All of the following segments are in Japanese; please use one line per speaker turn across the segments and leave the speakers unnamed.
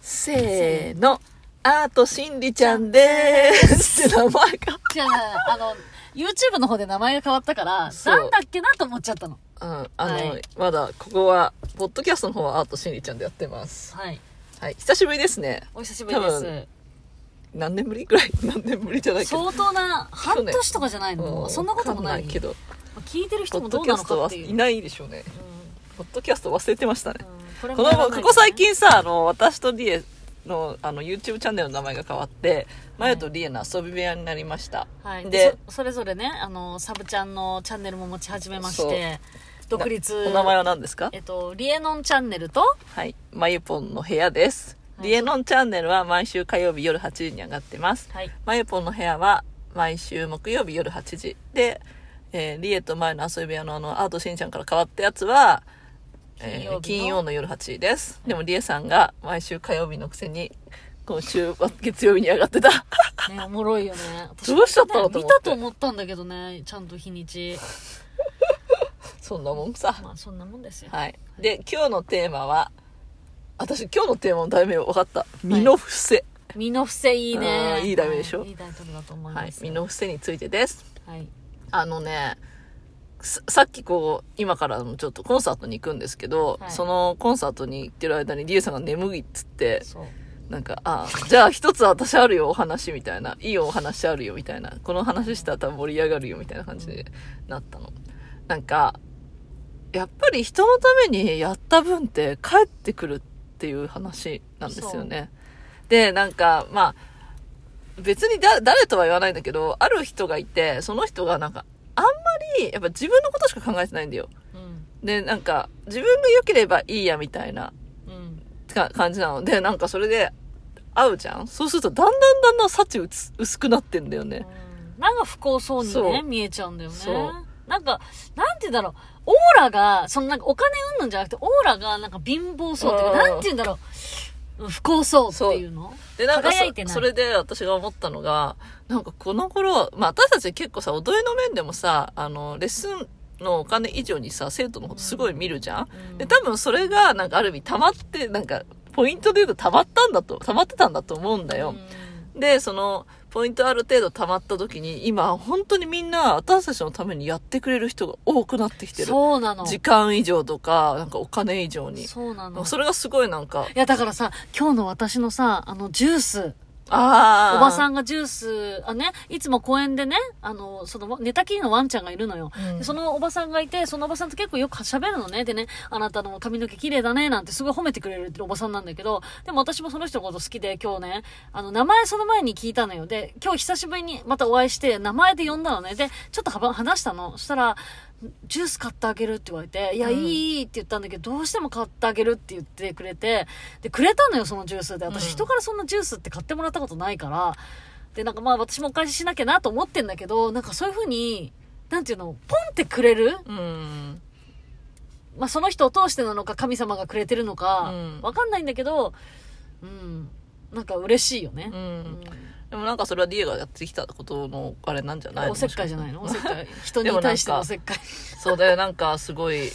せーの、アートしんりちゃんでーすって名前
じゃあ、あの、YouTube の方で名前が変わったから、
そう
なんだっけなと思っちゃったの。
が。うん、あの、
はい
まだ、ここは、ポッドキャストの方はアートしんりちゃんでやってます。
はい。
はい、久しぶりですね。
お久しぶり
多
で
分何年ぶりぐらい 何年ぶりじゃない
す。
けど。
相当な、半年とかじゃないの、
う
そんなこともない
わかんけど、
聞いてる
ポ
人
ッ
もど
ド
う
キ
な
ャ
の
スト
かっ
は
ていう。
いないでしょうね。ポッドキャスト忘れてましたね。
これ
こ
も
の、
やらないとね
ここ最近さ、あの、私とリエの、あの、YouTube チャンネルの名前が変わって、マヨとリエの遊び部屋になりました。
はい、で
で、
そそれぞれねあのサブちゃんのチャンネルも持ち始めまし
そう
て独立
お名前は何ですか
えっとリエノンチャンネルと
はい、まゆぽんの部屋です。
はい
リエノンチャンネルは毎週火曜日夜8時に上がってます。
はい
まゆぽんの部屋は毎週木曜日夜8時。で、えーリエと前の遊び屋のあの、アートしんちゃんから変わったやつは、えー
金
金
曜
曜の夜8時です。でもリエさんが毎週火曜日のくせに、今週は月曜日に上がってた。
ね、おもろいよね私
どうしちゃったの
ね見たと思ったんだけどねちゃんと日にち
そんなもんさ。
まあそんなもんですよ、
はい。で、今日のテーマは、私今日のテーマの題名分かった。身の伏せ。
身の伏せいいね
うんいい題名でしょ
はいいいタイトルだと思い
は
ま
い。
す、
身の伏せについてです。
はい
あのね、ささっきこう、今からもちょっとコンサートに行くんですけど、
はい
そのコンサートに行ってる間にリエさんが眠いっつって、
そう
なんか、あ、じゃあ一つ私あるよお話みたいな、いいお話あるよみたいな、この話したら多分盛り上がるよみたいな感じでなったの。なんか、やっぱり人のためにやった分って帰ってくるっていう話なんですよね。で、なんか、まあ、別にだ誰とは言わないんだけど、ある人がいて、その人がなんか、あんまり、やっぱ自分のことしか考えてないんだよ。
うん
で、なんか、自分が良ければいいやみたいな
うん
か感じなので、なんかそれで会うじゃんそうするとだんだんだんだん幸うつ薄くなってんだよね。
うんなんか不幸そうに
そ
ね、
う
見えちゃうんだよね
そう。
なんか、なんて言うんだろう。オーラが、そのなんかお金うんぬんじゃなくて、オーラがなんか貧乏そうっていうか、
うん
なんて言うんだろう。不幸そうっていうの
で、なんかそ
輝いてない
それで私が思ったのが、なんかこの頃、まあ私たち結構さ、踊りの面でもさ、あの、レッスンのお金以上にさ、生徒のことすごい見るじゃん
うん
で、多分それが、なんかある意味溜まって、なんか、ポイントで言うと溜まったんだと、溜まってたんだと思うんだよ。
うん
で、その、ポイントある程度溜まった時に、今、本当にみんな、私たちのためにやってくれる人が多くなってきてる。
そうなの。
時間以上とか、なんかお金以上に。
そうなの。
それがすごいなんか、
いや、だからさ、今日の私のさ、あの、ジュース、
ああ。
おばさ
ん。
んがジュース、あね、いつも公園でね、あの、その、寝たきりのワンちゃんがいるのよ。
うん
でそのおばさんがいて、そのおばさんと結構よく喋るのね。でね、あなたの髪の毛綺麗だね、なんてすごい褒めてくれるおばさんなんだけど、でも私もその人のこと好きで、今日ね、あの、名前その前に聞いたのよ。で、今日久しぶりにまたお会いして、名前で呼んだのね。で、ちょっとはば話したの。そしたら、ジュース買ってあげるって言われて、いや、
うん
いいいいって言ったんだけど、どうしても買ってあげるって言ってくれて、で、くれたのよ、そのジュースで。
う
私、
ん
人からそんなジュースって買ってもらったことないから、で、なんかまあ私もお返ししなきゃなと思ってんだけど、なんかそういうふうに、なんていうの、ポンってくれる
うん。
まあその人を通してなのか神様がくれてるのか、
うん
わかんないんだけど、うん、なんか嬉しいよね
う。。
うんん
でもなんかそれはリエがやってきたことのあれなんじゃない
おせっかいじゃないのおせっかい。人に
でもなんか
対してのおせっかい。
そうだよ、なんかすごい。い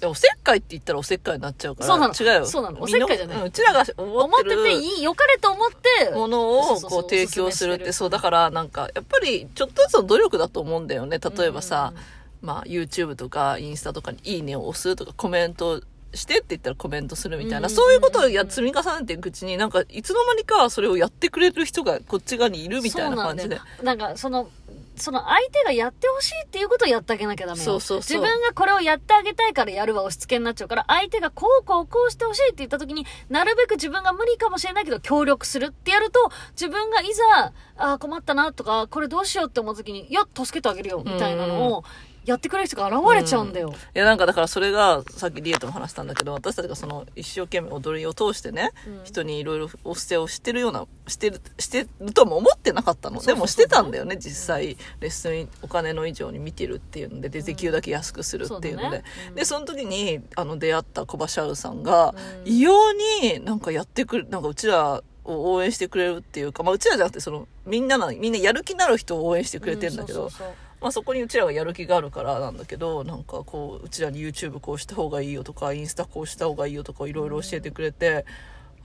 やおせっかいって言ったらおせっかいになっちゃうから。
そうなの
違うよ。
そうなの
みん
おせっかいじゃない
うんうちらが思
思っ
って
てて
る
いい、良かれと思って、
ものを
そう
こ
そううそう
提供するっ
おすすめしてる
て、そうだからなんか、やっぱりちょっとずつの努力だと思うんだよね。例えばさ、まあ、YouTube とかインスタとかに「いいね」を押すとかコメントしてって言ったらコメントするみたいな、
うん
そういうことをや積み重ねていくうちになんかいつの間にかそれをやってくれる人がこっち側にい るみたいな感じで
そうなんだよなんかそのその相手がやってほしいっていうことをやってあげなきゃダメよ
そうそうそう
自分がこれをやってあげたいからやるは押し付けになっちゃうから相手がこうこうこうしてほしいって言った時になるべく自分が無理かもしれないけど協力するってやると自分がいざあー困ったなとかこれどうしようって思う時にいや助けてあげるよみたいなのをやってくれる人が現れちゃうんだよ、
いやなんかだからそれがさっきリエとも話したんだけど私たちがその一生懸命踊りを通してね、
うん
人にいろいろお布施をしてるようなしてるしてるとも思ってなかったのでもしてたんだよね実際レッスンお金の以上に見てるっていうのででできるだけ安くするっていうので、
そうだねうん
でその時にあの出会ったコバシャウさんが
うん
異様になんかやってくるなんかうちらを応援してくれるっていうか、まあ、うちらじゃなくてそのみんなのみんなやる気のある人を応援してくれてるんだけど、
うそうそうそう
まあ、そこにうちらがやる気があるからなんだけどなんかこううちらに YouTube こうした方がいいよとかインスタこうした方がいいよとかいろいろ教えてくれて、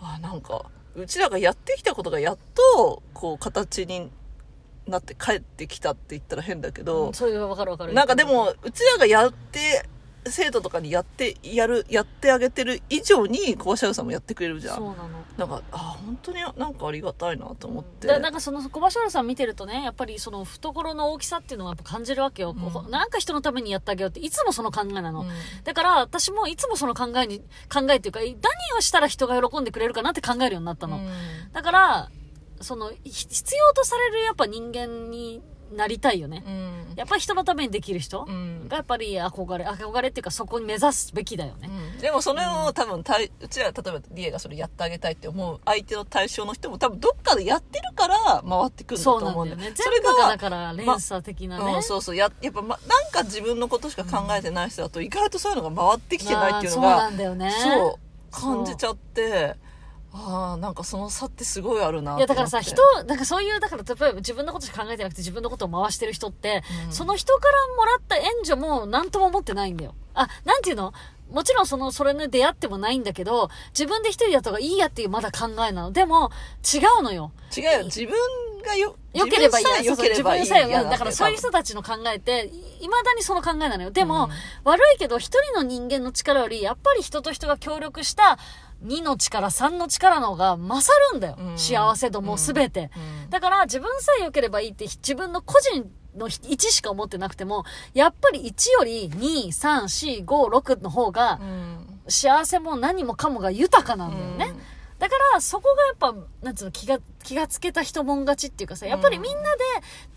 あなんかうちらがやってきたことがやっと、こう、形になって帰ってきたって言ったら変だけど、
それがわかるわかる。
なんかで、も、うちらがやって、生徒とかにやって、やる、やってあげてる以上に、小橋さんもやってくれるじゃ。
そうんなの。
なんか、あ、本当になんかありがたいなと思って。
だなんかその小橋原さん見てるとねやっぱりその懐の大きさっていうのをやっぱ感じるわけよ、こう
うん
なんか人のためにやってあげようっていつもその考えなの、
うん
だから私もいつもその考えに考えっていうか何をしたら人が喜んでくれるかなって考えるようになったの、
うん
だからそのひ必要とされるやっぱ人間になりたいよね、
うん
やっぱり人のためにできる人
うん
がやっぱり憧れ憧れっていうかそこに目指すべきだよね、
でもそれを多分たいうちら例えばリエがそれやってあげたいって思う相手の対象の人も多分どっかでやってるから回ってくるんだと
そうなん
思うん
だ
だ
よ
よ
ね
それ
全部がだから連鎖的なね、
うん、そうそうややっぱ、ま、なんか自分のことしか考えてない人だと意外とそういうのが回ってきてないっていうの
ま
が、
あそうなんだよね
そう感じちゃってああなんかその差ってすごいあるなっ
い
て思
や
っ
だ
て
からさ人なんかそういうだから例えば自分のことしか考えてなくて自分のことを回してる人って、
うん
その人からもらった援助も何とも思ってないんだよあなんていうのもちろんそのそれに出会ってもないんだけど自分で一人だった方がいいやっていうまだ考えなのでも違うのよ
違うよ自分がよ
良ければいい
自分さえ良ければいい
自分さえ
嫌なん
だからそういう
多分
人たちの考えっていまだにその考えなのよでも、
うん
悪いけど一人の人間の力よりやっぱり人と人が協力した2の力3の力の方が勝るんだよ、
うん
幸せ度も全て、
うん
だから自分さえ良ければいいって自分の個人の1しか思ってなくてもやっぱり1より23456の方が
うん
幸せも何もかもが豊かなんだよ
う
ね、
ん
だからそこがやっぱなんつうの気が気がつけた人もん勝ちっていうかさやっぱりみんなで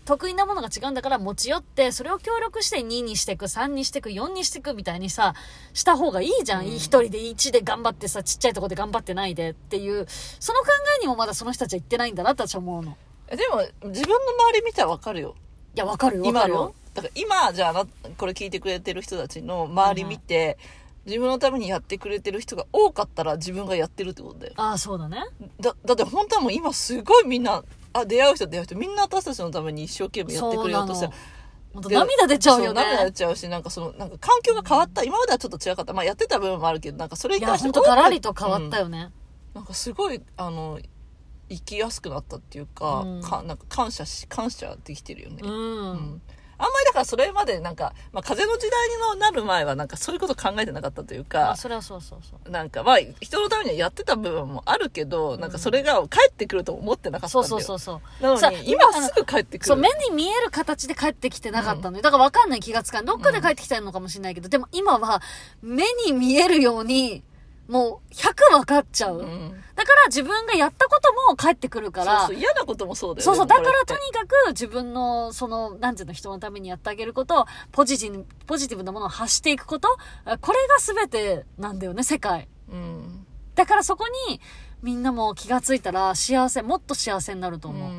得意なものが違うんだから持ち寄ってそれを協力して2にしていく3にしていく4にしていくみたいにさした方がいいじゃん、
うん
いい一人で1で頑張ってさちっちゃいとこで頑張ってないでっていうその考えにもまだその人たちは行ってないんだなって私は思うの。
えでも自分の周り見たらわかるよ
いや、わかるよ、わか
今
るよ
の。だから今じゃあなこれ聞いてくれてる人たちの周り見て、自分のためにやってくれてる人が多かったら自分がやってるってことだよ
ああ、そうだね。
だだって本当はもう今すごいみんなあ出会う人出会う人みんな私たちのために一生懸命やってくれようとしてる
本当
で
涙出ちゃうよ
そ涙出
ね。
ちゃうしなんかそのなんか環境が変わった、今まではちょっと違かった、まあ、やってた部分もあるけどなんかそれ
い
に
や、
対して
本当ガラリと変わ
うん
ったよね。
なんかすごいあの生きやすくなったっていうか,、
うん
かなんか感謝し感謝できてるよね、
うん。
うんあんまりだからそれまでなんか、まあ、風の時代になる前はなんかそういうこと考えてなかったという
あ、
か、
それはそうそうそう。
なんかまあ人のためにはやってた部分もあるけど、なんかそれが帰ってくると思ってなかったん
そう
だよ。
そうそうそう。
な
さ
のに今すぐ帰ってくる。
そう、目に見える形で帰ってきてなかったのよ。だからわかんない気がつかん。どっかで帰ってきたのかもしれないけど、でも今は、目に見えるように、もう、100分かっちゃう。
うん
だから自分がやったことも帰ってくるから、
そうそう嫌なこともそうだよね
そうそう、
で
だ
も
か
こ
ら
れ
と
って
にかく自分の、その、なんていうの、人のためにやってあげること、ポジティブ、ポジティブなものを発していくこと、あこれが全てなんだよね、世界。
うん。
だからそこに、みんなも気がついたら幸せ、もっと幸せになると思う。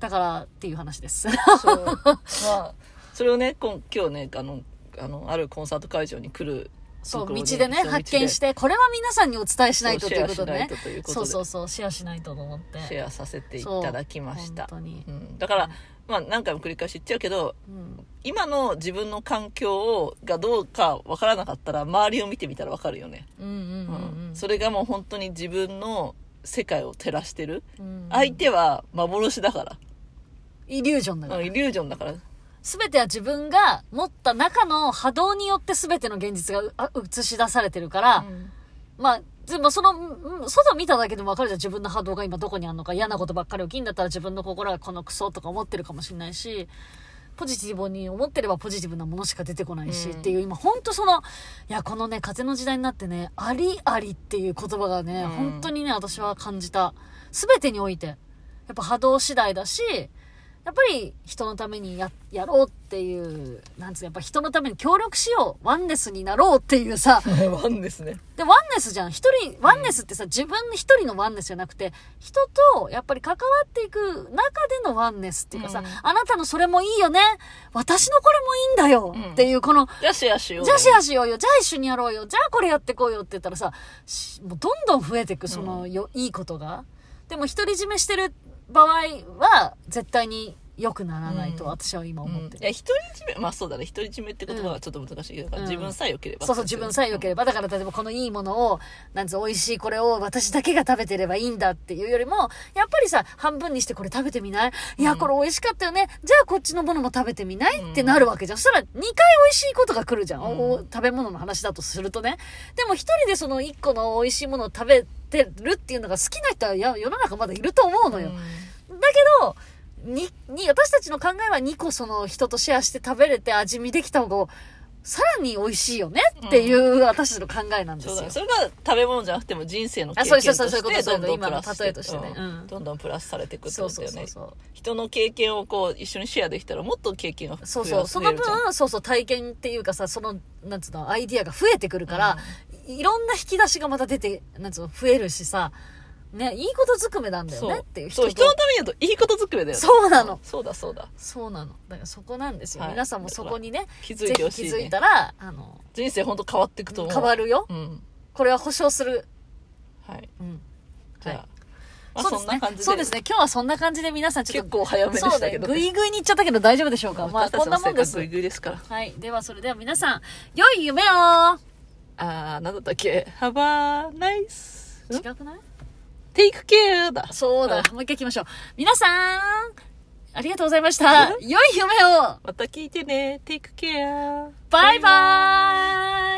だからっていう話 です。
そう。まあ、それをね、今今日ね、あの、あの、あるコンサート会場に来る
そう、
とこ
道
ろに
でね、
そう道
発見して、これは皆さんにお伝えしないとということでね
そうシェアしないとという。こと
そ
で
うそうそう、シェアしないとと思って。
シェアさせていただきました。
そう本当に
うん、だから、まあ何回も繰り返し言っちゃうけど、
うん
今の自分の環境をがどうかわからなかったら周りを見てみたらわかるよね、
うんうん
う
うんんうん。
それがもう本当に自分の世界を照らしてる、
うん
相手は幻だか
イリュージョンだから
ら、うんイリュージョンだから
すべては自分が持った中の波動によってすべての現実がうあ映し出されてるから、 まあ、でもその、うん外見ただけでもわかるじゃん。自分の波動が今どこにあるのか、嫌なことばっかり起きんだったら自分の心がこのクソとか思ってるかもしれないし、ポジティブに思ってればポジティブなものしか出てこないし、
うん
っていう今本当その、いや、このね、風の時代になってね、ありありっていう言葉がね、
うん
本当にね、私は感じた。すべてにおいて。やっぱ波動次第だし、やっぱり人のためにや、やろうっていう、なんつうのやっぱ人のために協力しよう。ワンネスになろうっていうさ、
ワンですね
で、ワンネスじゃん。一人、ワンネスってさ、自分一人のワンネスじゃなくて、人と、やっぱり関わっていく中でのワンネスっていうかさ、
うん
あなたのそれもいいよね。私のこれもいいんだよ。
うん
っていう、この、
じゃあシェアしよう
じゃあシェアしようよ。じゃあ一緒にやろうよ。じゃあこれやってこうよって言ったらさ、しもうどんどん増えていく、そのよ、いいことが。でも、独り占めしてる場合は、絶対に良くならないと
うん
私は今思ってる、
いや独り占めまあそうだね独り占めって言葉はちょっと難しいけど、
うん
自分さえ良ければ
そうそう、自分さえ良ければ。だから、例えばこのいいものを、なんつう、美味しいこれを私だけが食べてればいいんだっていうよりも、やっぱりさ、半分にしてこれ食べてみないいや、
うん
これ美味しかったよね。じゃあこっちのものも食べてみない
うん
ってなるわけじゃん。そしたら2回美味しいことが来るじゃん。
うん
お食べ物の話だとするとね。でも一人でその1個の美味しいものを食べてるっていうのが好きな人はや世の中まだいると思うのよ。だけど、に、に、私たちの考えは2個その人とシェアして食べれて味見できた方が、さらに美味しいよねっていう私たちの考えなんです
そうだ
よ。
ねそれが食べ物じゃなくても人生の経
あ
験
そ
と
うそうそう
し
そういうこと
てどんどんプ
そういうこと
ラ
今
ス
の例えとしてね
うん
うん
どんどんプラスされていくって
そ
こ
う
と
そ
だ
う
よ
そ
ね
うそう。
人の経験をこう一緒にシェアできたらもっと経験が増え
そうそう。その分、そうそう、体験っていうかさ、その、なんつうの、アイディアが増えてくるから、いろんな引き出しがまた出て、なんつうの、増えるしさ、ね、いいことずくめなんだよ
そ
ねっ
う
ていう
そう
と
人のために言うといいことづくめだよね
そうなの
そうだそうだ
そうなの。だからそこなんですよ。
はい
皆さんもそこにね、
気づ
ぜ
いてほ
ひ
し
気
い、ね、
づいたら、あの、
人生本当変わっていくと思う
変わるよ。
うん
これは保証する。
はい
うん。
じゃあ、
はい
まあ
そ
そ
うです
ん
ね
な感じで
そうですね。今日はそんな感じで皆さんちょっ
結
と。
構早めで
そう
した
ね。
けど
ぐいぐいに行っちゃったけど大丈夫でしょうか。まあ、
私た
こ
ち
んな
の性
もんで
格
す
グ。イグイですから
はい。では、それでは皆さん、良い夢を
あー、なんだったっけ ?Have a nice, ん
違くない
take care だ。
そう
ん
だ。もう一回行きましょう。皆さん、ありがとうございました。良い夢を
また聞いてね。take care.
バイバーイ